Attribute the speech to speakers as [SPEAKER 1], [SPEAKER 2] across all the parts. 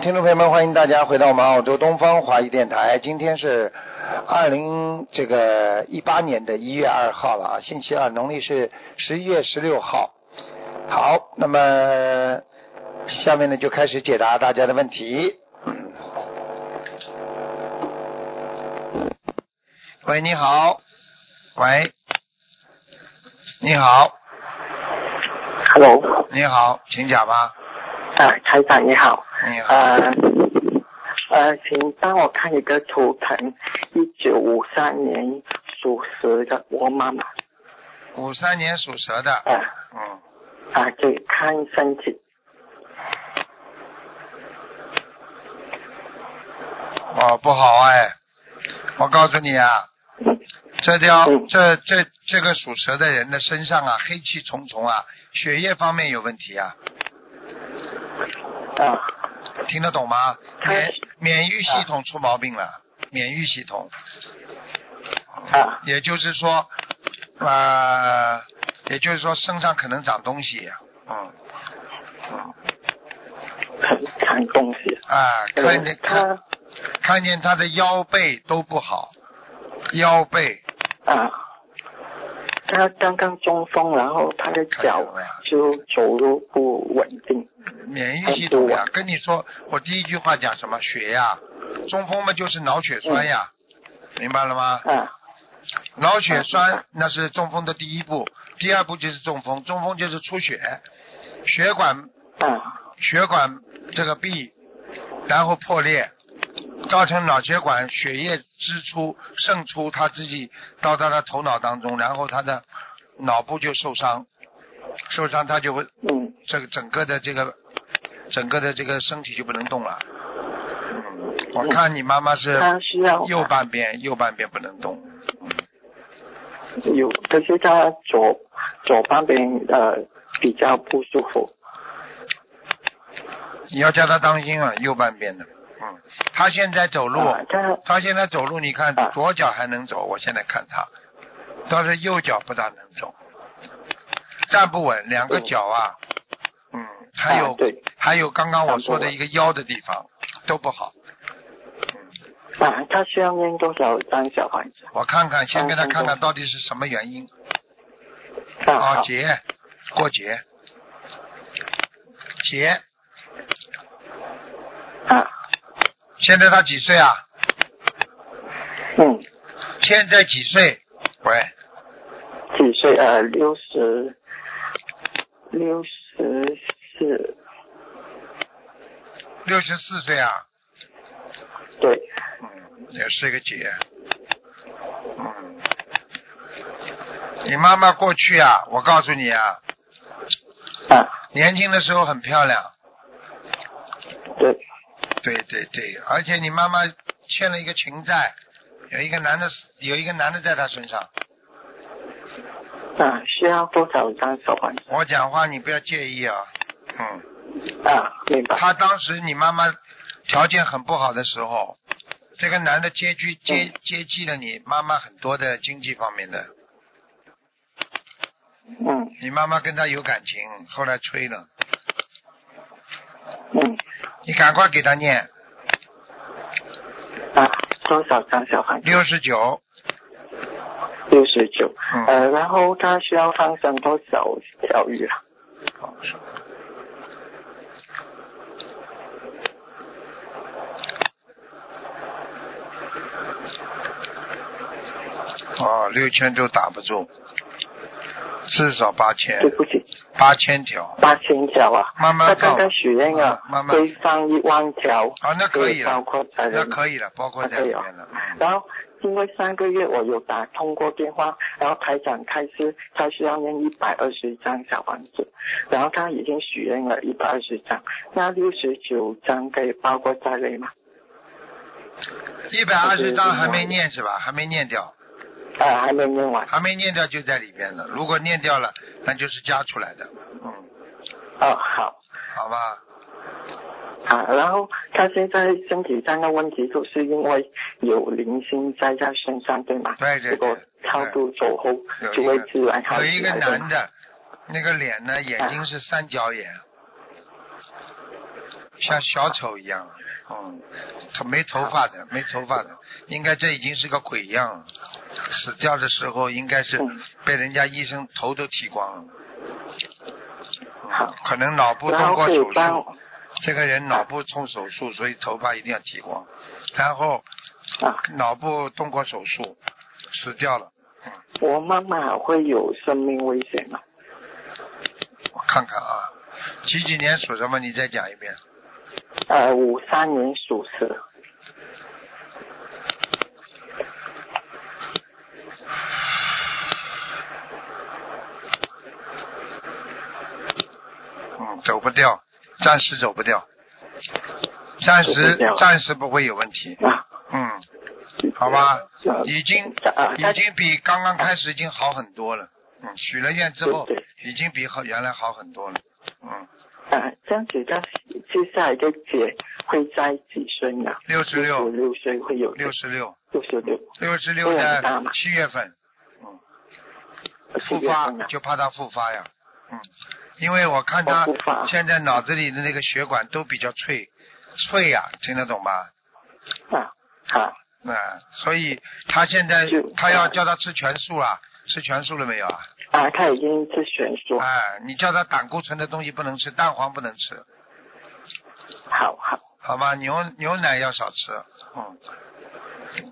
[SPEAKER 1] 听众朋友们，欢迎大家回到我们澳洲东方华语电台。今天是二零这个一八年的一月二号了啊，星期二，农历是十一月十六号。好，那么下面呢就开始解答大家的问题。喂，你好，喂，你好，
[SPEAKER 2] Hello，
[SPEAKER 1] 你好，请讲吧。
[SPEAKER 2] 啊，台长你好，
[SPEAKER 1] 你好，
[SPEAKER 2] 呃，呃，请帮我看一个图腾，一九五三年属蛇的我妈妈，
[SPEAKER 1] 五三年属蛇的，
[SPEAKER 2] 啊
[SPEAKER 1] 嗯，
[SPEAKER 2] 啊，给看身体，
[SPEAKER 1] 哦，不好哎，我告诉你啊，这条
[SPEAKER 2] 嗯
[SPEAKER 1] 这这这个属蛇的人的身上啊，黑气重重啊，血液方面有问题啊，
[SPEAKER 2] 啊，
[SPEAKER 1] 听得懂吗？
[SPEAKER 2] 他
[SPEAKER 1] 免
[SPEAKER 2] 是
[SPEAKER 1] 免疫系统出毛病了，免疫系统，
[SPEAKER 2] 啊，
[SPEAKER 1] 也就是说，呃，也就是说身上可能长东西，嗯，
[SPEAKER 2] 很看东西，
[SPEAKER 1] 啊，看
[SPEAKER 2] 呃
[SPEAKER 1] 见看
[SPEAKER 2] 他
[SPEAKER 1] 看见他的腰背都不好，腰背
[SPEAKER 2] 啊，他刚刚中风，然后他
[SPEAKER 1] 看
[SPEAKER 2] 的
[SPEAKER 1] 见
[SPEAKER 2] 脚
[SPEAKER 1] 了没有？
[SPEAKER 2] 就走路不稳定，
[SPEAKER 1] 免疫系统呀
[SPEAKER 2] 很多啊，
[SPEAKER 1] 跟你说，我第一句话讲什么？血呀，中风嘛就是脑血栓呀，明白了吗？
[SPEAKER 2] 啊
[SPEAKER 1] 脑血
[SPEAKER 2] 明
[SPEAKER 1] 栓
[SPEAKER 2] 白
[SPEAKER 1] 那是中风的第一步，第二步就是中风，中风就是出血，血管
[SPEAKER 2] 啊
[SPEAKER 1] 血管这个壁，然后破裂，造成脑血管血液支出渗出他自己到他的头脑当中，然后他的脑部就受伤，受伤他就会
[SPEAKER 2] 嗯
[SPEAKER 1] 这个整个的这个整个的这个身体就不能动了。嗯，我看你妈妈是
[SPEAKER 2] 他需要
[SPEAKER 1] 右半边，右半边不能动。
[SPEAKER 2] 有，可是他左左半边呃比较不舒服。
[SPEAKER 1] 你要叫她当心啊，右半边的。嗯，她现在走路，
[SPEAKER 2] 啊，他
[SPEAKER 1] 她现在走路，你看
[SPEAKER 2] 啊
[SPEAKER 1] 左脚还能走，我现在看她，但是右脚不大能走，站不稳，两个脚啊，嗯，还有、
[SPEAKER 2] 啊、对
[SPEAKER 1] 还有刚刚我说
[SPEAKER 2] 站不
[SPEAKER 1] 的
[SPEAKER 2] 稳
[SPEAKER 1] 一个腰的地方都不好，
[SPEAKER 2] 啊，他需要念多少张小房子？
[SPEAKER 1] 我看看，先给她
[SPEAKER 2] 嗯
[SPEAKER 1] 看看
[SPEAKER 2] 嗯
[SPEAKER 1] 到底是什么原因。
[SPEAKER 2] 啊，
[SPEAKER 1] 啊，
[SPEAKER 2] 好
[SPEAKER 1] 节，过节，节，
[SPEAKER 2] 啊，
[SPEAKER 1] 现在他几岁啊？
[SPEAKER 2] 嗯，
[SPEAKER 1] 现在几岁？喂，
[SPEAKER 2] 几岁？呃，六十，六十四，
[SPEAKER 1] 六十四岁啊，
[SPEAKER 2] 对，
[SPEAKER 1] 嗯，也是一个节，嗯，你妈妈过去啊，我告诉你啊，
[SPEAKER 2] 啊，
[SPEAKER 1] 年轻的时候很漂亮，
[SPEAKER 2] 对，
[SPEAKER 1] 对对对，而且你妈妈欠了一个情债，有一个男的，有一个男的在她身上，
[SPEAKER 2] 啊，需要多少张小房子？
[SPEAKER 1] 我讲话你不要介意啊，嗯。
[SPEAKER 2] 啊，明白。
[SPEAKER 1] 他当时你妈妈条件很不好的时候，这个男的接居接接济了你妈妈很多的经济方面的，
[SPEAKER 2] 嗯
[SPEAKER 1] 你妈妈跟他有感情，后来吹了，
[SPEAKER 2] 嗯，
[SPEAKER 1] 你赶快给他念
[SPEAKER 2] 啊，多少张小房子？
[SPEAKER 1] 六十九，
[SPEAKER 2] 六十九。
[SPEAKER 1] 嗯，
[SPEAKER 2] 呃，然后他需要放生多少条鱼啊？
[SPEAKER 1] 好是哦，六千都打不住，至少八千
[SPEAKER 2] 对，不起，
[SPEAKER 1] 八千条，
[SPEAKER 2] 八千条啊。
[SPEAKER 1] 慢慢
[SPEAKER 2] 他
[SPEAKER 1] 放
[SPEAKER 2] 刚。刚许愿啊了
[SPEAKER 1] 嗯，慢慢
[SPEAKER 2] 会放一万条，
[SPEAKER 1] 啊，那可以
[SPEAKER 2] 包
[SPEAKER 1] 了，
[SPEAKER 2] 括家
[SPEAKER 1] 那
[SPEAKER 2] 人。
[SPEAKER 1] 可以了，包括在
[SPEAKER 2] 啊
[SPEAKER 1] 里面了。嗯
[SPEAKER 2] 然后因为上个月我有打通过电话，然后台长开支他需要念一百二十张小房子，然后他已经许愿了一百二十张，那六十九张可以包括在内吗？
[SPEAKER 1] 一百二十章还没念是吧？还没念掉，
[SPEAKER 2] 啊，还没念完
[SPEAKER 1] 还没念掉就在里边了。如果念掉了，那就是加出来的，
[SPEAKER 2] 哦，好
[SPEAKER 1] 好吧？
[SPEAKER 2] 啊，然后他现在身体上的问题就是因为有零星在他身上，对吗？
[SPEAKER 1] 对对
[SPEAKER 2] 如果
[SPEAKER 1] 对。
[SPEAKER 2] 超度走后
[SPEAKER 1] 有一
[SPEAKER 2] 就会
[SPEAKER 1] 个
[SPEAKER 2] 自然好
[SPEAKER 1] 有
[SPEAKER 2] 起
[SPEAKER 1] 一个
[SPEAKER 2] 来的啊
[SPEAKER 1] 男的，那个脸呢，眼睛是三角眼，像小丑一样，嗯，他没头发的，没头发的，应该这已经是个鬼样了。死掉的时候应该是
[SPEAKER 2] 嗯
[SPEAKER 1] 被人家医生头都剃光了，嗯
[SPEAKER 2] 好，
[SPEAKER 1] 可能脑部
[SPEAKER 2] 然
[SPEAKER 1] 通
[SPEAKER 2] 后
[SPEAKER 1] 过
[SPEAKER 2] 可以
[SPEAKER 1] 手
[SPEAKER 2] 帮
[SPEAKER 1] 术
[SPEAKER 2] 我，
[SPEAKER 1] 这个人脑部动手术，所以头发一定要剃光，然后
[SPEAKER 2] 啊，
[SPEAKER 1] 脑部动过手术，死掉了，
[SPEAKER 2] 我妈妈会有生命危险吗？
[SPEAKER 1] 我看看啊，几几年属什么？你再讲一遍。
[SPEAKER 2] 呃，五三年属蛇，
[SPEAKER 1] 嗯，走不掉，暂时走不掉，暂
[SPEAKER 2] 走
[SPEAKER 1] 时
[SPEAKER 2] 不掉
[SPEAKER 1] 暂时不会有问题。
[SPEAKER 2] 啊，
[SPEAKER 1] 嗯，好吧
[SPEAKER 2] 呃
[SPEAKER 1] 已经
[SPEAKER 2] 啊，
[SPEAKER 1] 已经比刚刚开始已经好很多了。嗯，许了愿之后
[SPEAKER 2] 对对，
[SPEAKER 1] 已经比好原来好很多了。嗯，
[SPEAKER 2] 啊，这样子，他接下来的姐会在几岁呢？
[SPEAKER 1] 六十
[SPEAKER 2] 六
[SPEAKER 1] 六，
[SPEAKER 2] 六岁会有
[SPEAKER 1] 六十六，
[SPEAKER 2] 六十六，
[SPEAKER 1] 六十六
[SPEAKER 2] 不然大
[SPEAKER 1] 的
[SPEAKER 2] 嘛
[SPEAKER 1] 七月份
[SPEAKER 2] 七
[SPEAKER 1] 复
[SPEAKER 2] 月
[SPEAKER 1] 发
[SPEAKER 2] 份啊，
[SPEAKER 1] 就怕他复发呀。嗯，因为我看他
[SPEAKER 2] 哦复发
[SPEAKER 1] 现在脑子里的那个血管都比较脆，脆呀、听得懂吧？
[SPEAKER 2] 啊啊，
[SPEAKER 1] 嗯，所以他现在
[SPEAKER 2] 就
[SPEAKER 1] 他要叫他吃全素啊，吃全素了没有啊？
[SPEAKER 2] 啊，他已经是选说，
[SPEAKER 1] 哎，你叫他胆固醇的东西不能吃，蛋黄不能吃，
[SPEAKER 2] 好好
[SPEAKER 1] 好吗？牛牛奶要少吃，嗯，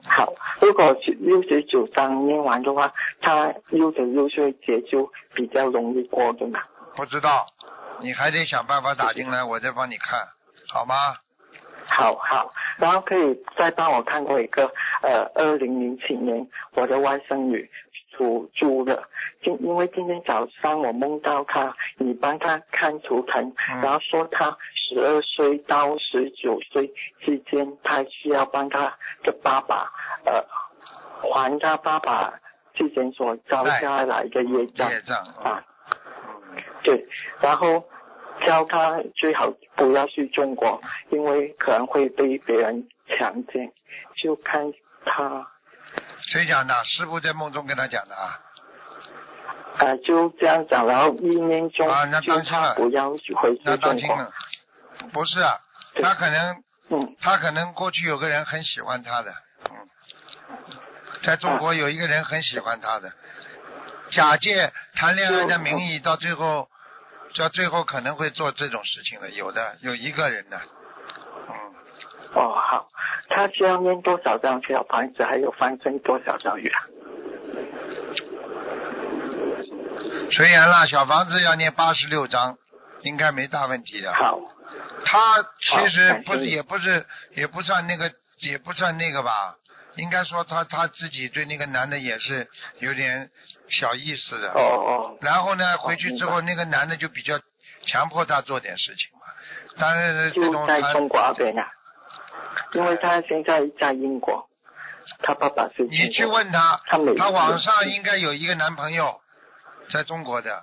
[SPEAKER 2] 好。如果六十九章念完的话，他六十六岁节就比较容易过的嘛。
[SPEAKER 1] 不知道，你还得想办法打进来，我再帮你看，好吗？
[SPEAKER 2] 好好，然后可以再帮我看过一个呃，二零零七年我的外甥女属猪的，今因为今天早上我梦到她，你帮她看图腾，
[SPEAKER 1] 嗯
[SPEAKER 2] 然后说她十二岁到十九岁之间，她需要帮她的爸爸呃还她爸爸之前所招下来的业障
[SPEAKER 1] 业障，
[SPEAKER 2] 啊，
[SPEAKER 1] 嗯，
[SPEAKER 2] 对，然后教他最好不要去中国，因为可能会被别人强奸。就看他，
[SPEAKER 1] 谁讲的？师傅在梦中跟他讲的啊。
[SPEAKER 2] 呃，就这样讲，然后意念中
[SPEAKER 1] 啊那
[SPEAKER 2] 就
[SPEAKER 1] 当心了
[SPEAKER 2] 他不要回去
[SPEAKER 1] 那当
[SPEAKER 2] 中
[SPEAKER 1] 心
[SPEAKER 2] 国。
[SPEAKER 1] 了，不是啊，
[SPEAKER 2] 对
[SPEAKER 1] 他可能
[SPEAKER 2] 嗯，
[SPEAKER 1] 他可能过去有个人很喜欢他的，嗯，在中国有一个人很喜欢他的，假借谈恋爱的名义，到最后，到最后可能会做这种事情的，有的有一个人的，嗯，
[SPEAKER 2] 哦好，他需要念多少张小房子，还有放生多少条鱼啊？
[SPEAKER 1] 随缘啦，小房子要念八十六章，应该没大问题的。
[SPEAKER 2] 好，
[SPEAKER 1] 他其
[SPEAKER 2] 好
[SPEAKER 1] 实
[SPEAKER 2] 感谢
[SPEAKER 1] 不是，
[SPEAKER 2] 你
[SPEAKER 1] 也不是，也不算那个，也不算那个吧。应该说他他自己对那个男的也是有点小意思的。
[SPEAKER 2] 哦哦，
[SPEAKER 1] 然后呢，回去之后
[SPEAKER 2] 明
[SPEAKER 1] 那个男的就比较强迫他做点事情嘛。当然这
[SPEAKER 2] 就
[SPEAKER 1] 种
[SPEAKER 2] 在
[SPEAKER 1] 他
[SPEAKER 2] 中国那边啊，因为他现在在英国，他爸爸是中国人
[SPEAKER 1] 你去问他，
[SPEAKER 2] 他每
[SPEAKER 1] 他网上
[SPEAKER 2] 一
[SPEAKER 1] 应该有一个男朋友，在中国的，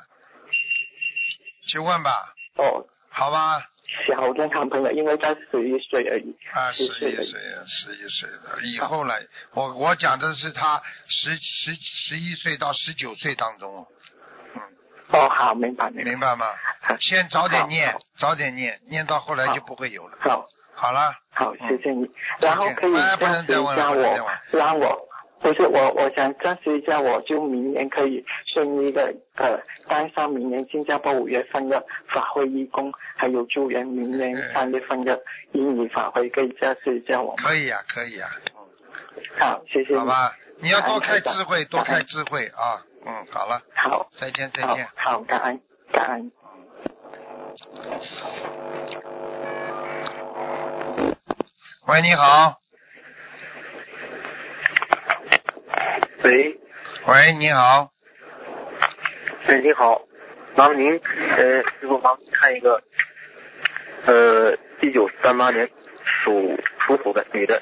[SPEAKER 1] 去问吧，
[SPEAKER 2] 哦，
[SPEAKER 1] 好吧？
[SPEAKER 2] 小的男朋友，因为他十一岁而已。
[SPEAKER 1] 啊，十
[SPEAKER 2] 十
[SPEAKER 1] 一岁
[SPEAKER 2] 岁
[SPEAKER 1] 的，
[SPEAKER 2] 的
[SPEAKER 1] 十一岁的，以后来，我我讲的是他十十十一岁到十九岁当中，
[SPEAKER 2] 哦，好，明白明白。
[SPEAKER 1] 明白吗？
[SPEAKER 2] 好
[SPEAKER 1] 先早点
[SPEAKER 2] 好
[SPEAKER 1] 念
[SPEAKER 2] 好，
[SPEAKER 1] 早点念，念到后来就不会有了。
[SPEAKER 2] 好
[SPEAKER 1] 好了，
[SPEAKER 2] 好，
[SPEAKER 1] 嗯
[SPEAKER 2] 谢谢你。然后可以
[SPEAKER 1] 哎不
[SPEAKER 2] 暂
[SPEAKER 1] 能
[SPEAKER 2] 时
[SPEAKER 1] 再问了
[SPEAKER 2] 一下
[SPEAKER 1] 不能再
[SPEAKER 2] 我
[SPEAKER 1] 问了，
[SPEAKER 2] 让我不是我，我想暂时一下，我就明年可以顺利的呃，带上明年新加坡五月份的法会义工，还有祝愿明年
[SPEAKER 1] 嗯
[SPEAKER 2] 三月份的英语法会，可以暂时一下我吗。
[SPEAKER 1] 可以呀、可以呀、
[SPEAKER 2] 好，谢 谢
[SPEAKER 1] 好
[SPEAKER 2] 你。
[SPEAKER 1] 吧？你要多
[SPEAKER 2] 感
[SPEAKER 1] 开
[SPEAKER 2] 恩台长
[SPEAKER 1] 智慧，多
[SPEAKER 2] 感
[SPEAKER 1] 开
[SPEAKER 2] 恩
[SPEAKER 1] 智慧啊！嗯，好了，
[SPEAKER 2] 好，
[SPEAKER 1] 再见，再
[SPEAKER 2] 好
[SPEAKER 1] 见。，
[SPEAKER 2] 好，感恩，感恩。
[SPEAKER 1] 喂，你好，
[SPEAKER 3] 喂，
[SPEAKER 1] 喂，你好，
[SPEAKER 3] 哎，你好，麻烦您，呃，师傅麻烦您看一个，呃，一九三八年属属虎的女的，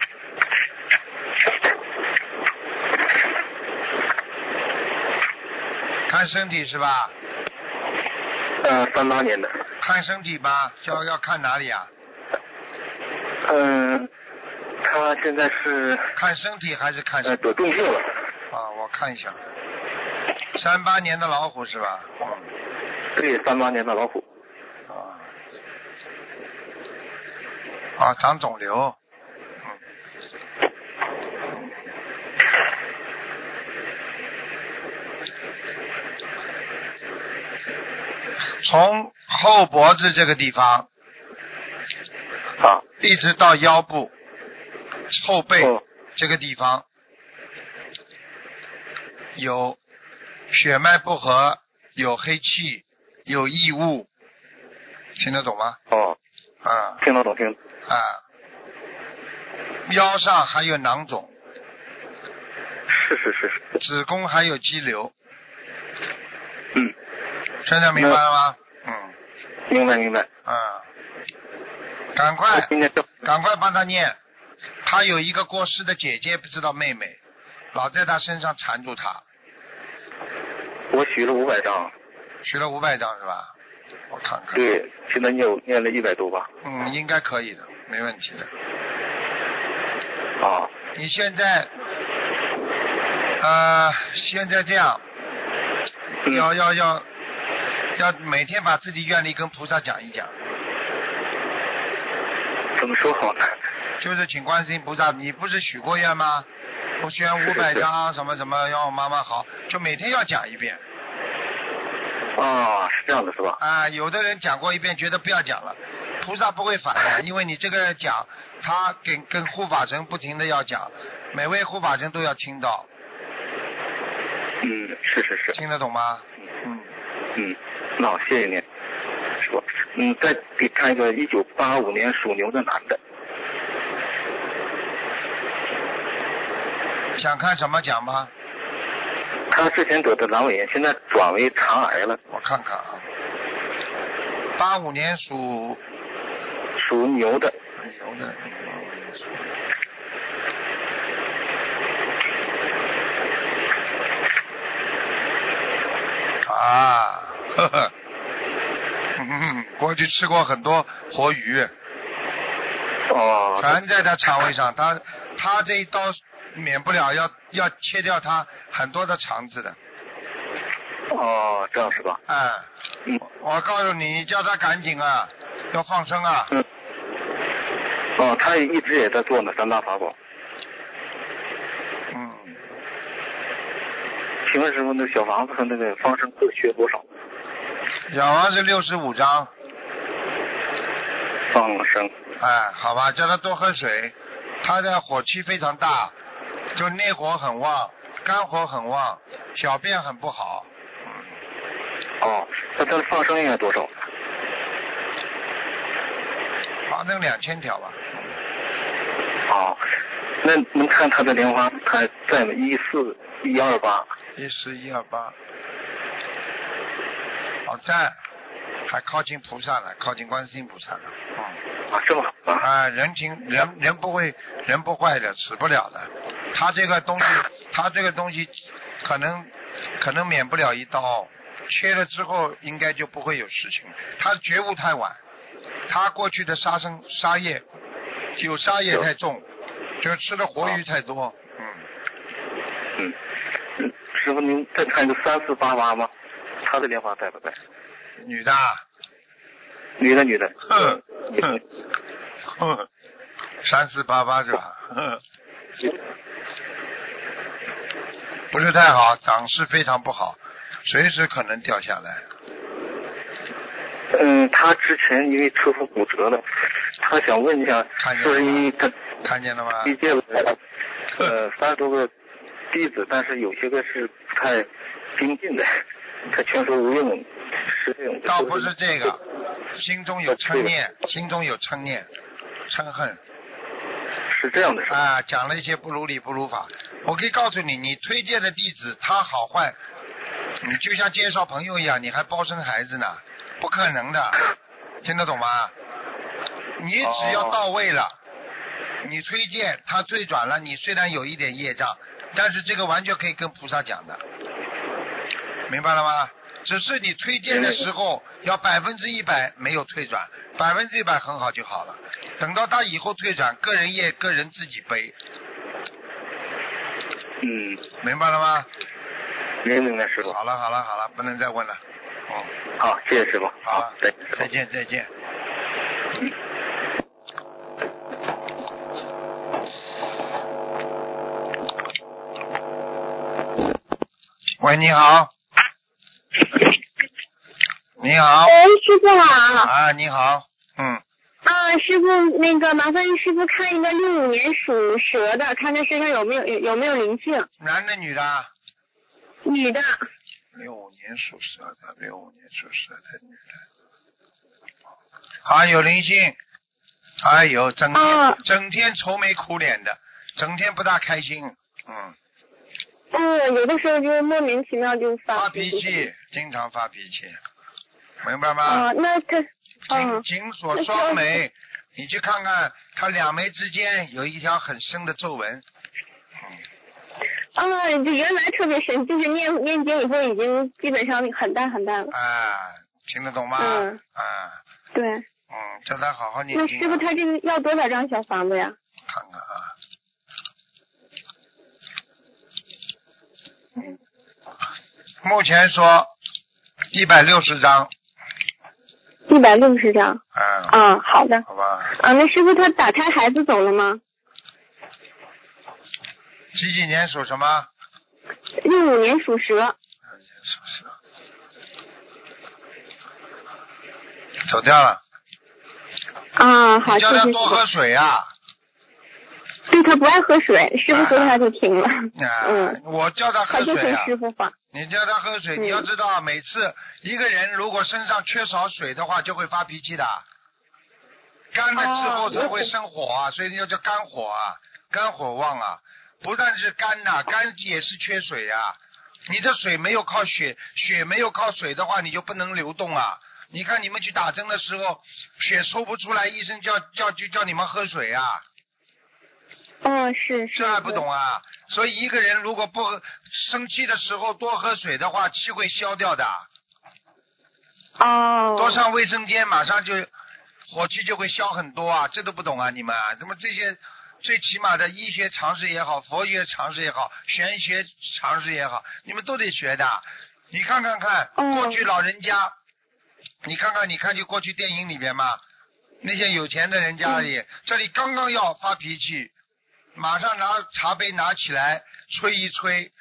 [SPEAKER 1] 看身体是吧？
[SPEAKER 3] 呃，三八年的，
[SPEAKER 1] 看身体吧，要要看哪里啊？
[SPEAKER 3] 嗯、她现在是
[SPEAKER 1] 看身体还是看什
[SPEAKER 3] 呃
[SPEAKER 1] 么？
[SPEAKER 3] 得重病了，
[SPEAKER 1] 啊，我看一下，三八年的老虎是吧？嗯
[SPEAKER 3] 对，三八年的老虎，
[SPEAKER 1] 啊，啊，长肿瘤。从后脖子这个地方
[SPEAKER 3] 啊，
[SPEAKER 1] 一直到腰部、后背
[SPEAKER 3] 哦
[SPEAKER 1] 这个地方有血脉不和，有黑气，有异物，听得懂吗？
[SPEAKER 3] 哦，
[SPEAKER 1] 啊
[SPEAKER 3] 听得懂听，
[SPEAKER 1] 啊，腰上还有囊肿，
[SPEAKER 3] 是是是是，
[SPEAKER 1] 子宫还有肌瘤，
[SPEAKER 3] 嗯，
[SPEAKER 1] 现在明白了吗？嗯
[SPEAKER 3] 明白明白。
[SPEAKER 1] 啊，赶
[SPEAKER 3] 我
[SPEAKER 1] 快
[SPEAKER 3] 今天正
[SPEAKER 1] 赶快帮他念，他有一个过世的姐姐，不知道妹妹，老在他身上缠住他，
[SPEAKER 3] 我许了五百张，
[SPEAKER 1] 学了五百张是吧？我看看，
[SPEAKER 3] 对，现在念念了一百多吧。
[SPEAKER 1] 嗯，应该可以的，没问题的。
[SPEAKER 3] 啊，
[SPEAKER 1] 你现在，呃，现在这样，
[SPEAKER 3] 嗯
[SPEAKER 1] 要要要要每天把自己愿力跟菩萨讲一讲，
[SPEAKER 3] 怎么说好呢？
[SPEAKER 1] 就是请观世音菩萨，你不是许过愿吗？我许愿五百张什么什么，让我妈妈好，就每天要讲一遍。
[SPEAKER 3] 啊，是这样的，是吧？
[SPEAKER 1] 啊、有的人讲过一遍，觉得不要讲了，菩萨不会反的，因为你这个讲，他跟跟护法神不停的要讲，每位护法神都要听到，
[SPEAKER 3] 嗯，是是是，
[SPEAKER 1] 听得懂吗？嗯，
[SPEAKER 3] 嗯，那好，谢谢您，师傅。嗯，再给看一个一九八五年属牛的男的，
[SPEAKER 1] 想看什么讲吗？
[SPEAKER 3] 他之前得的阑尾炎，现在转为肠癌了，
[SPEAKER 1] 我看看啊，八五年属
[SPEAKER 3] 属牛的，
[SPEAKER 1] 牛的，85属啊，呵呵，嗯，过去吃过很多活鱼，
[SPEAKER 3] 哦，
[SPEAKER 1] 全在他肠胃上，他他这一刀免不了要要切掉他很多的肠子的，
[SPEAKER 3] 哦，这样是吧？
[SPEAKER 1] 啊、
[SPEAKER 3] 嗯
[SPEAKER 1] 我告诉你，你叫他赶紧啊，要放生啊，
[SPEAKER 3] 嗯，哦，他一直也在做呢三大法宝，
[SPEAKER 1] 嗯，
[SPEAKER 3] 请问师傅，那小房子和那个放生各缺多少？
[SPEAKER 1] 小王是六十五张，
[SPEAKER 3] 放生，
[SPEAKER 1] 哎，好吧，叫他多喝水，他的火气非常大，就内火很旺，肝火很旺，小便很不好，
[SPEAKER 3] 哦，那他的放生应该多少？
[SPEAKER 1] 反正两千条吧，
[SPEAKER 3] 哦，那能看他的莲花还在吗？一四一二八，
[SPEAKER 1] 一十一二八，好在，还靠近菩萨了，靠近观世音菩萨了，嗯。
[SPEAKER 3] 啊，这么好啊？
[SPEAKER 1] 啊、人情人人不会人不坏的，死不了的。他这个东西，他这个东西可能可能免不了一刀，切了之后应该就不会有事情。他觉悟太晚，他过去的杀生杀业有杀业太重，就吃的活鱼太多。嗯，
[SPEAKER 3] 嗯，嗯师傅您再看一个三四八八吗？他的莲花在不在？
[SPEAKER 1] 女的啊，
[SPEAKER 3] 女的，女的。
[SPEAKER 1] 哼哼哼，三四八八是吧？ 哼不是太好，长势非常不好，随时可能掉下来。
[SPEAKER 3] 嗯，他之前因为车祸骨折了，他想问一下
[SPEAKER 1] 看，见
[SPEAKER 3] 就是因为他
[SPEAKER 1] 看嗯见了吗？
[SPEAKER 3] 毕竟呃三十多个弟子，但是有些个是不太精进的，他全说无用，是这种。
[SPEAKER 1] 倒不是这个，心中有嗔念，心中有嗔念，嗔恨
[SPEAKER 3] 是这样的，是吧
[SPEAKER 1] 啊，讲了一些不如理不如法。我可以告诉你，你推荐的弟子他好坏，你就像介绍朋友一样，你还包生孩子呢，不可能的，听得懂吗？你只要到位了，你推荐他退转了，你虽然有一点业障，但是这个完全可以跟菩萨讲的，明白了吗？只是你推荐的时候要百分之一百没有退转，百分之一百很好就好了。等到他以后退转，个人业个人自己背，
[SPEAKER 3] 嗯，
[SPEAKER 1] 明白了吗？
[SPEAKER 3] 明白明白，师傅。
[SPEAKER 1] 好了好了好了，不能再问了。哦，啊
[SPEAKER 3] 好，谢谢师傅。
[SPEAKER 1] 好了
[SPEAKER 3] 再见，师傅
[SPEAKER 1] 再见再见。喂，你好。你好。
[SPEAKER 4] 喂，哎师傅好。
[SPEAKER 1] 啊，你好。嗯，
[SPEAKER 4] 啊，师傅，那个麻烦师傅看一个六五年属蛇的，看看身上有没有有有没有灵性。
[SPEAKER 1] 男的女的？
[SPEAKER 4] 女的，
[SPEAKER 1] 六五年属蛇的，六五年属蛇的女的。啊，有灵性。哎呦，整天、
[SPEAKER 4] 哦
[SPEAKER 1] 整天愁眉苦脸的，整天不大开心。嗯，
[SPEAKER 4] 嗯，有的时候就是莫名其妙就发
[SPEAKER 1] 发脾。气，经常发脾气，明白吗？
[SPEAKER 4] 啊，那他，
[SPEAKER 1] 紧
[SPEAKER 4] 嗯，
[SPEAKER 1] 紧锁双 眉，你去看看，他两眉之间有一条很深的皱纹。
[SPEAKER 4] 啊，就原来特别神，就是念念经以后已经基本上很淡很淡了。
[SPEAKER 1] 啊，听得懂吗？
[SPEAKER 4] 嗯
[SPEAKER 1] 啊，
[SPEAKER 4] 对，
[SPEAKER 1] 嗯，叫他好好念
[SPEAKER 4] 那
[SPEAKER 1] 经、
[SPEAKER 4] 师
[SPEAKER 1] 啊
[SPEAKER 4] 傅，他这个要多少张小房子呀？
[SPEAKER 1] 看看啊。目前说一百六十张，
[SPEAKER 4] 一百六十张。
[SPEAKER 1] 嗯，
[SPEAKER 4] 啊，好的。
[SPEAKER 1] 好吧，
[SPEAKER 4] 啊，那师傅他打胎孩子走了吗？
[SPEAKER 1] 几几年属什么？
[SPEAKER 4] 六五年属蛇。
[SPEAKER 1] 属蛇，走掉了。
[SPEAKER 4] 啊，好，
[SPEAKER 1] 你
[SPEAKER 4] 谢
[SPEAKER 1] 叫
[SPEAKER 4] 谢
[SPEAKER 1] 他
[SPEAKER 4] 师
[SPEAKER 1] 多喝
[SPEAKER 4] 傅。
[SPEAKER 1] 水啊！
[SPEAKER 4] 对他不爱喝水，师傅昨天他就停了。
[SPEAKER 1] 啊，
[SPEAKER 4] 嗯，
[SPEAKER 1] 我叫他
[SPEAKER 4] 他
[SPEAKER 1] 喝
[SPEAKER 4] 就
[SPEAKER 1] 水
[SPEAKER 4] 听
[SPEAKER 1] 啊！
[SPEAKER 4] 师傅话。
[SPEAKER 1] 你叫他喝水，
[SPEAKER 4] 嗯
[SPEAKER 1] 你要知道，每次一个人如果身上缺少水的话，就会发脾气的。干了之后
[SPEAKER 4] 哦
[SPEAKER 1] 才会生火啊，所以那叫肝火啊，肝火旺啊。不但是肝呐、肝也是缺水啊。你这水没有靠血，血没有靠水的话，你就不能流动啊。你看你们去打针的时候，血抽不出来，医生叫叫就叫你们喝水啊。
[SPEAKER 4] 嗯，是是。
[SPEAKER 1] 这还不懂啊？所以一个人如果不喝生气的时候多喝水的话，气会消掉的。
[SPEAKER 4] 哦。
[SPEAKER 1] 多上卫生间，马上就火气就会消很多啊！这都不懂啊，你们啊，怎么这些最起码的医学常识也好，佛学常识也好，玄学常识也好，你们都得学的。你看看看，
[SPEAKER 4] 嗯
[SPEAKER 1] 过去老人家，你看看，你看去过去电影里边嘛，那些有钱的人家里，
[SPEAKER 4] 嗯
[SPEAKER 1] 这里刚刚要发脾气，马上拿茶杯拿起来吹一吹，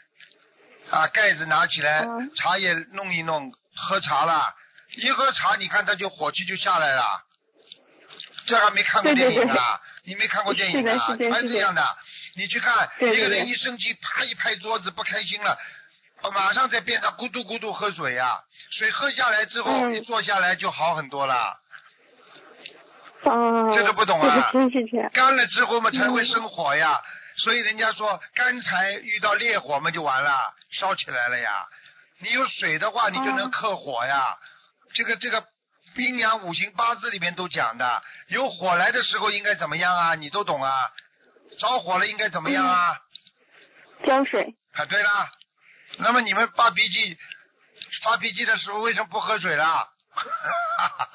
[SPEAKER 1] 啊，盖子拿起来，
[SPEAKER 4] 嗯
[SPEAKER 1] 茶叶弄一弄，喝茶啦。一喝茶，你看他就火气就下来了。这还没看过电影
[SPEAKER 4] 对对对
[SPEAKER 1] 啊？你没看过电影啊？
[SPEAKER 4] 是的是的
[SPEAKER 1] 还
[SPEAKER 4] 是的
[SPEAKER 1] 这样的，你去看
[SPEAKER 4] 对对
[SPEAKER 1] 一个人
[SPEAKER 4] 对
[SPEAKER 1] 一生气，啪一拍桌子，不开心了，呃马上在边上咕嘟咕嘟喝水呀、水喝下来之后，
[SPEAKER 4] 嗯
[SPEAKER 1] 一坐下来就好很多了。
[SPEAKER 4] 哦。
[SPEAKER 1] 这都不懂啊
[SPEAKER 4] 这个真是这样。
[SPEAKER 1] 干了之后嘛，才会生火呀。所以人家说，干柴遇到烈火嘛，就完了，烧起来了呀。你有水的话，你就能克火呀。这个这个，冰阳五行八字里面都讲的，有火来的时候应该怎么样啊？你都懂啊。着火了应该怎么样啊？
[SPEAKER 4] 浇水。
[SPEAKER 1] 啊，对啦。那么你们发脾气，发脾气的时候为什么不喝水啦？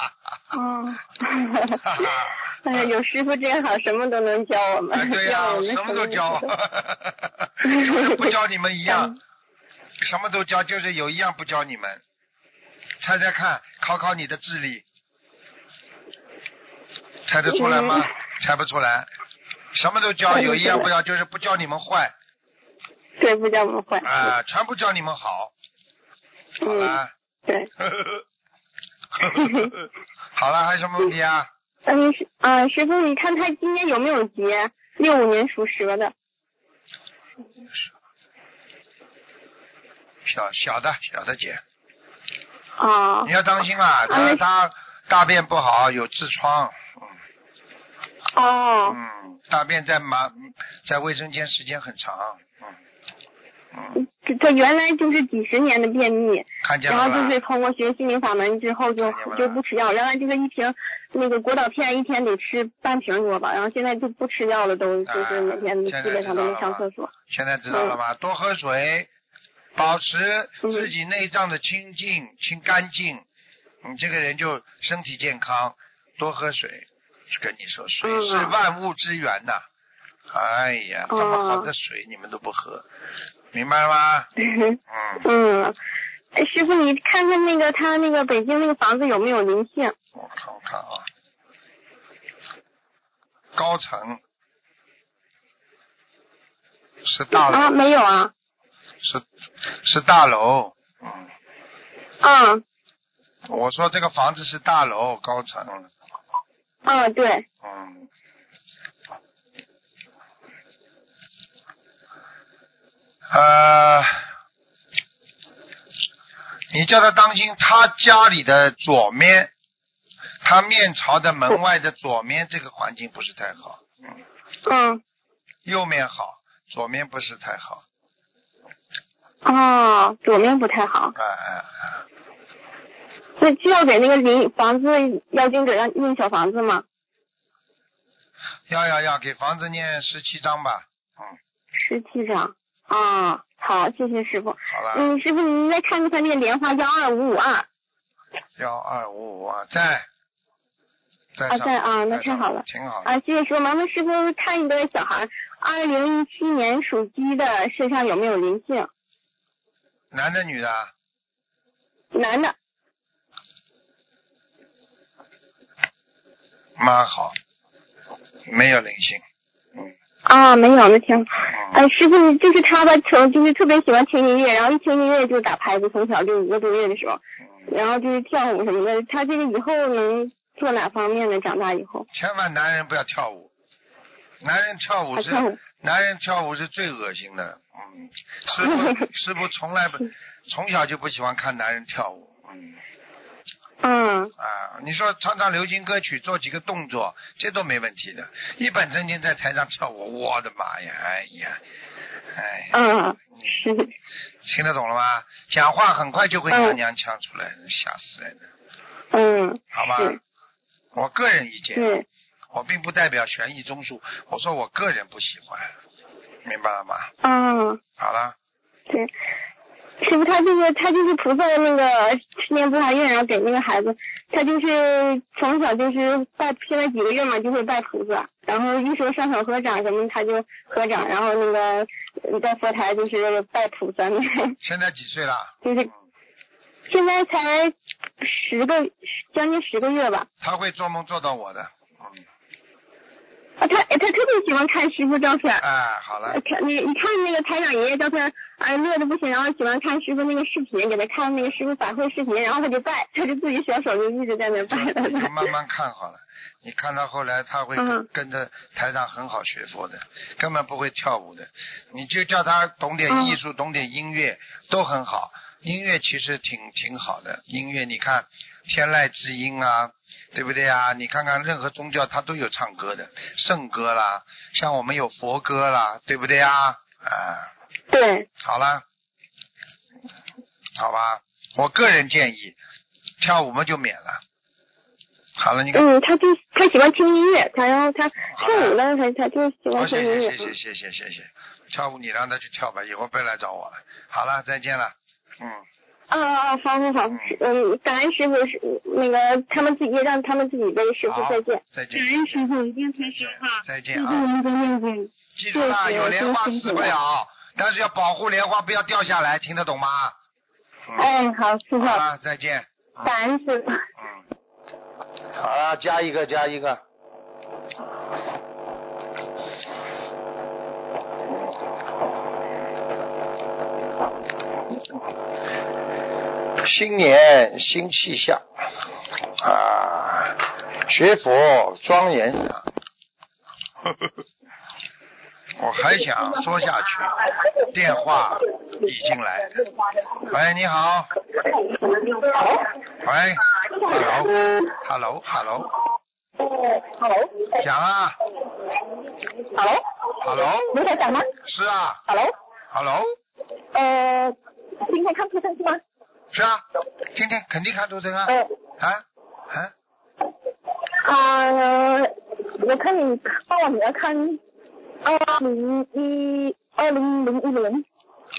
[SPEAKER 4] 哦。
[SPEAKER 1] 哈哈
[SPEAKER 4] 哎呀，有师傅真好，什么都能教我
[SPEAKER 1] 哎，
[SPEAKER 4] 们，
[SPEAKER 1] 对呀、
[SPEAKER 4] 让我
[SPEAKER 1] 我
[SPEAKER 4] 们
[SPEAKER 1] 什么都教
[SPEAKER 4] 教。，
[SPEAKER 1] 不教你们一样
[SPEAKER 4] 嗯，
[SPEAKER 1] 什么都教，就是有一样不教你们。猜猜看，考考你的智力，猜得出来吗？ 猜不出来，什么都教，
[SPEAKER 4] 嗯猜不出来
[SPEAKER 1] 有一样不教，就是不教你们坏
[SPEAKER 4] 对，不教我们坏。
[SPEAKER 1] 啊、全部教你们好，好
[SPEAKER 4] 嗯，
[SPEAKER 1] 了，
[SPEAKER 4] 对。嗯
[SPEAKER 1] 好了，还有什么问题啊？
[SPEAKER 4] 嗯，师啊，师傅，你看他今年有没有劫？六五年属蛇的。
[SPEAKER 1] 小小的小的姐，
[SPEAKER 4] 啊
[SPEAKER 1] 你要当心啊，
[SPEAKER 4] 啊
[SPEAKER 1] 他
[SPEAKER 4] 那
[SPEAKER 1] 他大便不好，有痔疮。
[SPEAKER 4] 哦
[SPEAKER 1] 嗯，大便在马在卫生间时间很长，嗯嗯，
[SPEAKER 4] 这这原来就是几十年的便秘，
[SPEAKER 1] 看见
[SPEAKER 4] 然
[SPEAKER 1] 了
[SPEAKER 4] 后就
[SPEAKER 1] 吧
[SPEAKER 4] 是？通过学心灵法门之后就
[SPEAKER 1] 看见了
[SPEAKER 4] 就不吃药，原来就是一瓶那个果导片一天得吃半瓶多吧，然后现在就不吃药了都，
[SPEAKER 1] 啊
[SPEAKER 4] 就是每天基
[SPEAKER 1] 现在
[SPEAKER 4] 本上都
[SPEAKER 1] 知道
[SPEAKER 4] 没
[SPEAKER 1] 了
[SPEAKER 4] 上
[SPEAKER 1] 吧
[SPEAKER 4] 厕所。
[SPEAKER 1] 现在知道了
[SPEAKER 4] 嗯
[SPEAKER 1] 吧？多喝水，保持自己内脏的清净、清干净，你这个人就身体健康。多喝水，跟你说，水
[SPEAKER 4] 嗯
[SPEAKER 1] 是万物之源呐、哎呀，这么好的
[SPEAKER 4] 哦
[SPEAKER 1] 水你们都不喝，明白了吗？嗯，
[SPEAKER 4] 嗯，哎师傅你看看那个他那个北京那个房子有没有灵性？
[SPEAKER 1] 我看我看啊，高层是大楼
[SPEAKER 4] 啊，没有啊。
[SPEAKER 1] 是是大楼，嗯，
[SPEAKER 4] 嗯
[SPEAKER 1] 我说这个房子是大楼高层，
[SPEAKER 4] 嗯，对，
[SPEAKER 1] 嗯，呃，你叫他当心，他家里的左面，他面朝着门外的左面，这个环境不是太好，
[SPEAKER 4] 嗯，
[SPEAKER 1] 右面好，左面不是太好，
[SPEAKER 4] 哦，左面不太好，
[SPEAKER 1] 哎哎哎。
[SPEAKER 4] 那需要给那个邻房子要经者要念小房子吗？
[SPEAKER 1] 要要要，给房子念十七章吧。嗯，
[SPEAKER 4] 十七张。啊、好，谢谢师傅。
[SPEAKER 1] 好了，
[SPEAKER 4] 嗯，师傅您再看一看那个莲花幺二五五二
[SPEAKER 1] 幺二五五啊，在，在
[SPEAKER 4] 啊
[SPEAKER 1] 上，
[SPEAKER 4] 在啊那
[SPEAKER 1] 在
[SPEAKER 4] 太
[SPEAKER 1] 上
[SPEAKER 4] 好了
[SPEAKER 1] 挺好的。
[SPEAKER 4] 啊，谢谢师傅。麻烦师傅看一个小孩，二零一七年属鸡的身上有没有灵性？
[SPEAKER 1] 男的女的啊？
[SPEAKER 4] 男的，
[SPEAKER 1] 妈好，没有灵性。
[SPEAKER 4] 啊，没有，那行。
[SPEAKER 1] 嗯，
[SPEAKER 4] 呃，师傅就是他吧，从就是特别喜欢听音乐，然后一听音乐就打拍子，从小就五个多月的时候，
[SPEAKER 1] 嗯
[SPEAKER 4] 然后就是跳舞什么的。他这个以后能做哪方面呢？长大以后，
[SPEAKER 1] 千万男人不要跳舞，男人跳舞
[SPEAKER 4] 他
[SPEAKER 1] 是
[SPEAKER 4] 啊跳舞，
[SPEAKER 1] 男人跳舞是最恶心的。嗯，师 傅师傅从来不从小就不喜欢看男人跳舞。嗯
[SPEAKER 4] 嗯
[SPEAKER 1] 啊，你说唱唱流行歌曲，做几个动作，这都没问题的。一本正经在台上跳舞，我的妈呀，哎呀，哎呀，
[SPEAKER 4] 嗯，是，
[SPEAKER 1] 听得懂了吗？讲话很快就会娘娘腔出来，吓死人了，
[SPEAKER 4] 嗯
[SPEAKER 1] 好吧
[SPEAKER 4] 是？嗯
[SPEAKER 1] 我个人意见，
[SPEAKER 4] 对，
[SPEAKER 1] 我并不代表悬疑综述，我说我个人不喜欢，明白了吗？
[SPEAKER 4] 嗯
[SPEAKER 1] 好了，
[SPEAKER 4] 对。师傅，他这个他就是菩萨的那个十年不怀孕，然后给那个孩子，他就是从小就是拜，现在几个月嘛就会拜菩萨，然后一说上手合掌什么他就合掌，然后那个呃在佛台就是拜菩萨，
[SPEAKER 1] 现在几岁了？
[SPEAKER 4] 就是现在才十个将近十个月吧。
[SPEAKER 1] 他会做梦做到我的，嗯，
[SPEAKER 4] 啊，他他特别喜欢看师傅照片，
[SPEAKER 1] 哎，好了
[SPEAKER 4] 呃，看那你看那个台长爷爷照片，哎，乐的不行，然后喜欢看师傅那个视频，给他看那个师傅法会视频，然后他就拜，他就自己小手就一直在那
[SPEAKER 1] 就
[SPEAKER 4] 拜拜
[SPEAKER 1] 你就嗯慢
[SPEAKER 4] 拜。
[SPEAKER 1] 慢看好了。你看到后来，他会跟,、
[SPEAKER 4] 嗯
[SPEAKER 1] 跟着台长很好学佛的，根本不会跳舞的。你就叫他懂点
[SPEAKER 4] 嗯
[SPEAKER 1] 艺术，懂点音乐，都很好。音乐其实挺挺好的，音乐你看天籁之音啊，对不对啊？你看看任何宗教他都有唱歌的，圣歌啦，像我们有佛歌啦，对不对啊？啊，
[SPEAKER 4] 对，
[SPEAKER 1] 好了，好吧，我个人建议，跳舞嘛就免了。好了，你看，
[SPEAKER 4] 嗯，他就他喜欢听音乐，他然后他跳舞呢，他他就喜
[SPEAKER 1] 好，
[SPEAKER 4] 欢听
[SPEAKER 1] 谢
[SPEAKER 4] 音乐嗯
[SPEAKER 1] 谢。谢谢谢谢谢谢，跳舞你让他去跳吧，以后别来找我了。好了，再见了，嗯，
[SPEAKER 4] 啊啊，好好好，嗯，感恩师傅是那个他们自己让他们自己的师傅
[SPEAKER 1] 好
[SPEAKER 4] 再见。，
[SPEAKER 1] 再见
[SPEAKER 4] 感，恩师傅，一定听师
[SPEAKER 1] 再见
[SPEAKER 4] 傅啊，
[SPEAKER 1] 再
[SPEAKER 4] 谢
[SPEAKER 1] 见啊！
[SPEAKER 4] 谢您的念经。
[SPEAKER 1] 记住了，
[SPEAKER 4] 谢谢
[SPEAKER 1] 有莲花
[SPEAKER 4] 多辛苦
[SPEAKER 1] 死不了，但是要保护莲花不要掉下来，听得懂吗？嗯，
[SPEAKER 4] 哎，好，师傅，
[SPEAKER 1] 好了，再见，
[SPEAKER 4] 感恩师傅。
[SPEAKER 1] 嗯，好了，加一个加一个。新年新气象啊！学佛庄严 啊！我还想说下去，电话已经来了。喂，哎你好。喂，hello，hello，hello，讲啊
[SPEAKER 5] Hello，
[SPEAKER 1] ，hello，
[SPEAKER 5] 卢台长吗
[SPEAKER 1] 是啊
[SPEAKER 5] ？Hello，
[SPEAKER 1] ，hello，
[SPEAKER 5] 呃，今天看图腾是吗？
[SPEAKER 1] 是啊，今天肯定看图腾啊，
[SPEAKER 5] 呃，
[SPEAKER 1] 啊，啊，
[SPEAKER 5] 啊、
[SPEAKER 4] 呃
[SPEAKER 5] 我看你帮我女儿看二零一二零零一年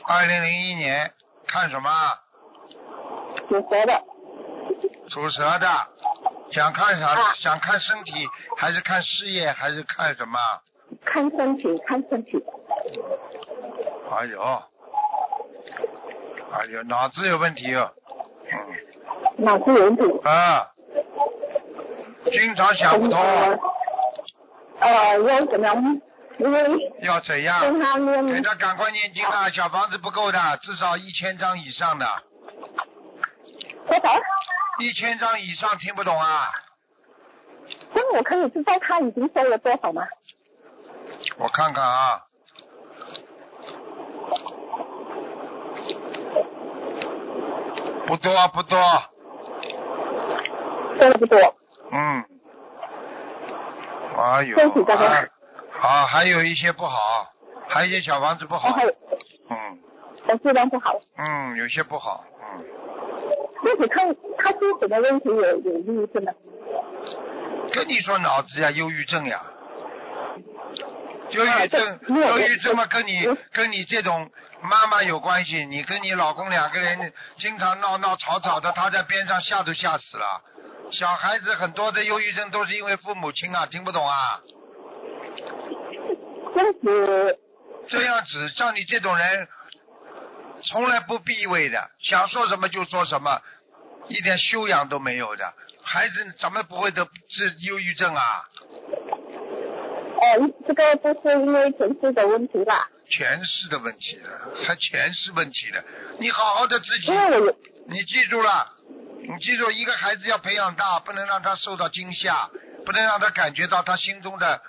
[SPEAKER 1] 二零零一年看什么？啊
[SPEAKER 5] 属蛇的，
[SPEAKER 1] 属蛇的，想看啥？
[SPEAKER 5] 啊
[SPEAKER 1] 想看身体，还是看事业，还是看什么？
[SPEAKER 5] 看身体，看身体。
[SPEAKER 1] 哎呦，哎呦，脑子有问题哦，嗯
[SPEAKER 5] 脑子有问题。
[SPEAKER 1] 啊，经常想不通。
[SPEAKER 5] 呃，要怎么样？
[SPEAKER 4] 因为
[SPEAKER 1] 要怎样？
[SPEAKER 4] 跟他们
[SPEAKER 1] 给他赶快念经啊！小房子不够的，至少一千张以上的，
[SPEAKER 4] 多少？
[SPEAKER 1] 一千张以上听不懂啊？
[SPEAKER 4] 那我可以知道他已经收了多少吗？
[SPEAKER 1] 我看看啊。不多不多，
[SPEAKER 4] 收了不多。
[SPEAKER 1] 嗯。哎呦，
[SPEAKER 4] 身体健康
[SPEAKER 1] 啊，好，还有一些不好，还有一些小房子不
[SPEAKER 4] 然
[SPEAKER 1] 好
[SPEAKER 4] 后，
[SPEAKER 1] 嗯
[SPEAKER 4] 我质量不好，
[SPEAKER 1] 嗯，有些不好，嗯。
[SPEAKER 4] 那你看他是什么问题有有抑郁症呢？
[SPEAKER 1] 跟你说脑子呀，忧郁症呀，忧郁症，
[SPEAKER 4] 对没有
[SPEAKER 1] 忧郁症嘛，跟你
[SPEAKER 4] 我
[SPEAKER 1] 跟你这种妈妈有关系，你跟你老公两个人经常闹闹吵吵的，他在边上吓都吓死了。小孩子很多的忧郁症都是因为父母亲啊，听不懂啊。
[SPEAKER 4] 那是
[SPEAKER 1] 这样子，像你这种人，从来不避讳的，想说什么就说什么，一点修养都没有的，孩子怎么不会得治忧郁症啊？
[SPEAKER 4] 呃，这个不是因为前世的问题啦，
[SPEAKER 1] 前世的问题了，还前世问题了。你好好的自己
[SPEAKER 4] 因，为我有
[SPEAKER 1] 你记住了，你记住，一个孩子要培养大，不能让他受到惊吓，不能让他感觉到他心中的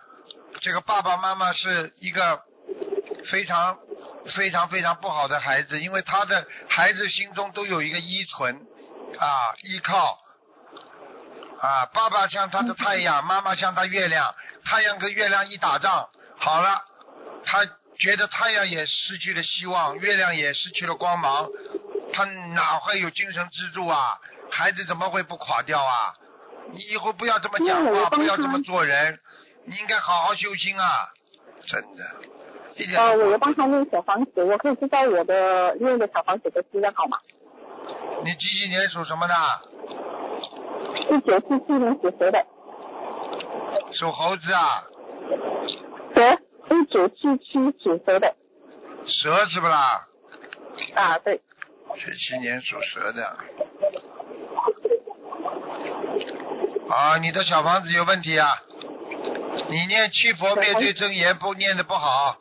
[SPEAKER 1] 这个爸爸妈妈是一个非常非常非常不好的孩子，因为他的孩子心中都有一个依存啊依靠啊，爸爸像他的太阳，妈妈像他月亮，太阳跟月亮一打仗，好了，他觉得太阳也失去了希望，月亮也失去了光芒，他哪会有精神支柱啊？孩子怎么会不垮掉啊？你以后不要这么讲
[SPEAKER 4] 那我
[SPEAKER 1] 话，
[SPEAKER 4] 帮
[SPEAKER 1] 不要
[SPEAKER 4] 他
[SPEAKER 1] 这么做人，你应该好好修心啊！真的，一点
[SPEAKER 4] 呃，
[SPEAKER 1] 都
[SPEAKER 4] 我
[SPEAKER 1] 不
[SPEAKER 4] 有帮他念小房子，我可以知道我的念的小房子的质量好吗？
[SPEAKER 1] 你几几年属什么的？
[SPEAKER 4] 一九四七年属蛇的，
[SPEAKER 1] 属猴子啊，
[SPEAKER 4] 蛇，一九四七属蛇的，
[SPEAKER 1] 蛇是不啦？
[SPEAKER 4] 啊，对，
[SPEAKER 1] 七七年属蛇的。啊，你的小房子有问题啊！你念七佛灭罪真言不念的不好，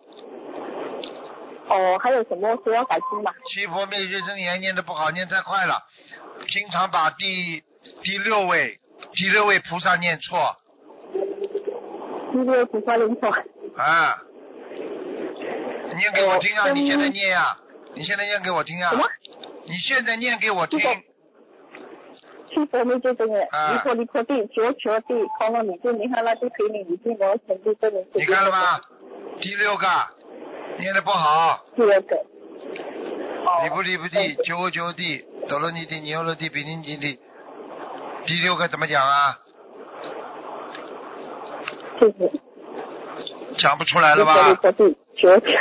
[SPEAKER 4] 哦，还有什么需要改进吗？
[SPEAKER 1] 七佛灭罪真言念的不好，念太快了，经常把第第六位第六位菩萨念错
[SPEAKER 4] 因为不算灵活，
[SPEAKER 1] 啊！念给我听啊！
[SPEAKER 4] 我
[SPEAKER 1] 你现在念呀、你现在念给我听啊
[SPEAKER 4] 什！么？
[SPEAKER 1] 你现在念给我听
[SPEAKER 4] 七佛去佛灭罪真言，
[SPEAKER 1] 啊
[SPEAKER 4] 离婆离婆地，求求地，空了你就你看那地陪你，你就我成就证明。
[SPEAKER 1] 你看了吗？？第六个念的不好，
[SPEAKER 4] 第二个。哦
[SPEAKER 1] 离不离不地，九五九地，走了你地，牛了地，比邻地地。第六个怎么讲啊？
[SPEAKER 4] 就是
[SPEAKER 1] 讲不出来
[SPEAKER 4] 离
[SPEAKER 1] 了
[SPEAKER 4] 婆
[SPEAKER 1] 吧？
[SPEAKER 4] 离婆地，求求地，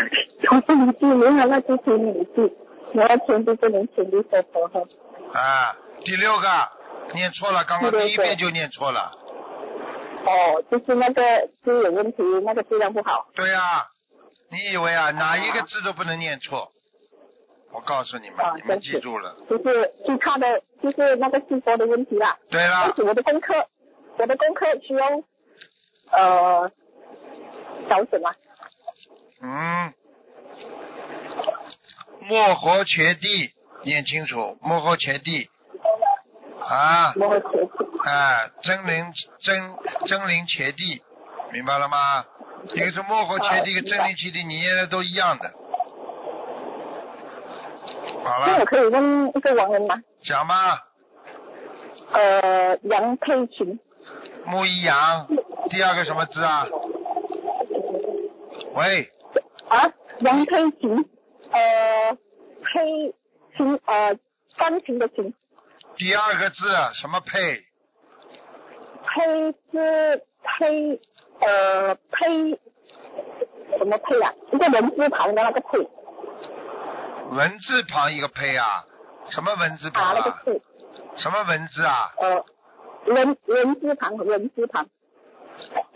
[SPEAKER 4] 空了你就你看那地陪你，你就我成就证明，成就佛佛和。
[SPEAKER 1] 啊，第六个念错了，刚刚
[SPEAKER 4] 第六
[SPEAKER 1] 第
[SPEAKER 4] 个
[SPEAKER 1] 一遍就念错了。
[SPEAKER 4] 哦，就是那个字有问题，那个质量不好。
[SPEAKER 1] 对呀、你以为啊哪一个字都不能念错？我告诉你们
[SPEAKER 4] 啊，
[SPEAKER 1] 你们
[SPEAKER 4] 真是
[SPEAKER 1] 记住了。
[SPEAKER 4] 就是就他的就是那个细胞的问题啦。
[SPEAKER 1] 对
[SPEAKER 4] 而
[SPEAKER 1] 了，
[SPEAKER 4] 且我的功课，我的功课需要呃调整嘛。
[SPEAKER 1] 嗯，莫活缺地，念清楚，莫活缺地。啊，
[SPEAKER 4] 我会学习。
[SPEAKER 1] 哎，真灵真真灵切地，明白了吗？一个是漠河切地，一个
[SPEAKER 4] 啊
[SPEAKER 1] 真灵切地，你念的都一样的。好
[SPEAKER 4] 那我
[SPEAKER 1] 了，
[SPEAKER 4] 可以问一个王人吗？
[SPEAKER 1] 讲吧。
[SPEAKER 4] 呃，杨佩群，
[SPEAKER 1] 木一阳，第二个什么字啊？喂，
[SPEAKER 4] 啊，杨佩群，呃，佩群，呃，钢琴的琴，
[SPEAKER 1] 第二个字什么配？
[SPEAKER 4] 佩是佩，呃，佩，什么佩啊？一个人字旁的那个佩，
[SPEAKER 1] 文字旁一个配啊？什么文字
[SPEAKER 4] 啊，
[SPEAKER 1] 旁
[SPEAKER 4] 那个
[SPEAKER 1] 啊？
[SPEAKER 4] 佩，
[SPEAKER 1] 什么文字啊？
[SPEAKER 4] 呃，人人字旁，人字旁，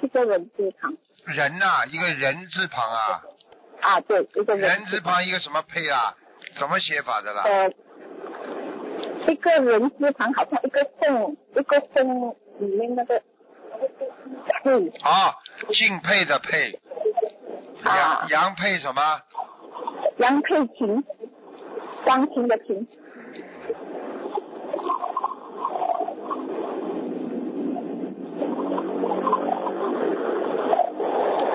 [SPEAKER 4] 一个人字旁，
[SPEAKER 1] 人呐、一个人字旁啊，
[SPEAKER 4] 啊，对，一个
[SPEAKER 1] 人字
[SPEAKER 4] 字
[SPEAKER 1] 旁一个什么配啊？怎么写法的啦？
[SPEAKER 4] 呃，一个人字旁好像一个缝，一个缝里面那个，对，
[SPEAKER 1] 呃啊，敬佩的佩，杨
[SPEAKER 5] 啊
[SPEAKER 1] 杨配什么？
[SPEAKER 5] 杨佩琴，钢琴的琴，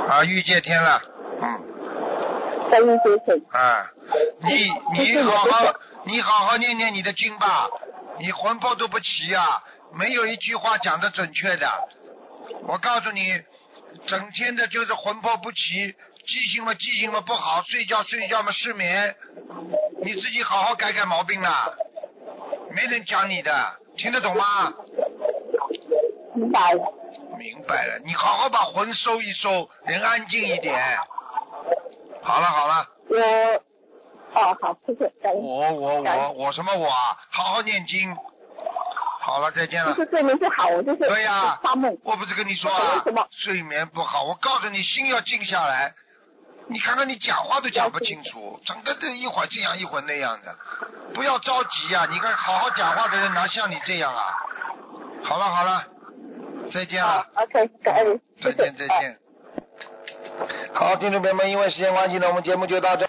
[SPEAKER 1] 啊，玉界天了，嗯。
[SPEAKER 5] 声音节水。
[SPEAKER 1] 啊，你你好好你好好念念你的经吧，你魂魄都不齐啊，没有一句话讲的准确的。我告诉你，整天的就是魂魄不齐，记性嘛记性嘛不好，睡觉睡觉嘛失眠，你自己好好改改毛病啦，没人讲你的，听得懂吗？
[SPEAKER 5] 明白了，
[SPEAKER 1] 明白了，你好好把魂收一收，人安静一点。好了好了。
[SPEAKER 5] 我，哦好，谢谢，感恩。
[SPEAKER 1] 我我我我什么我啊？好好念经。好了，再见了
[SPEAKER 5] 就。是睡眠不好，我就是
[SPEAKER 1] 对呀
[SPEAKER 5] 发梦。
[SPEAKER 1] 我不是跟你说了
[SPEAKER 5] 为什么，
[SPEAKER 1] 睡眠不好。我告诉你，心要静下来。你看看你讲话都讲不清楚，整个这一会儿这样一会儿那样的，不要着急呀、你看好好讲话的人哪像你这样啊？好了好了，再见了。
[SPEAKER 5] 啊，OK，感恩，
[SPEAKER 1] 再
[SPEAKER 5] 谢谢
[SPEAKER 1] 见再
[SPEAKER 5] 哎
[SPEAKER 1] 见。好，听众朋友们，因为时间关系呢，我们节目就到这。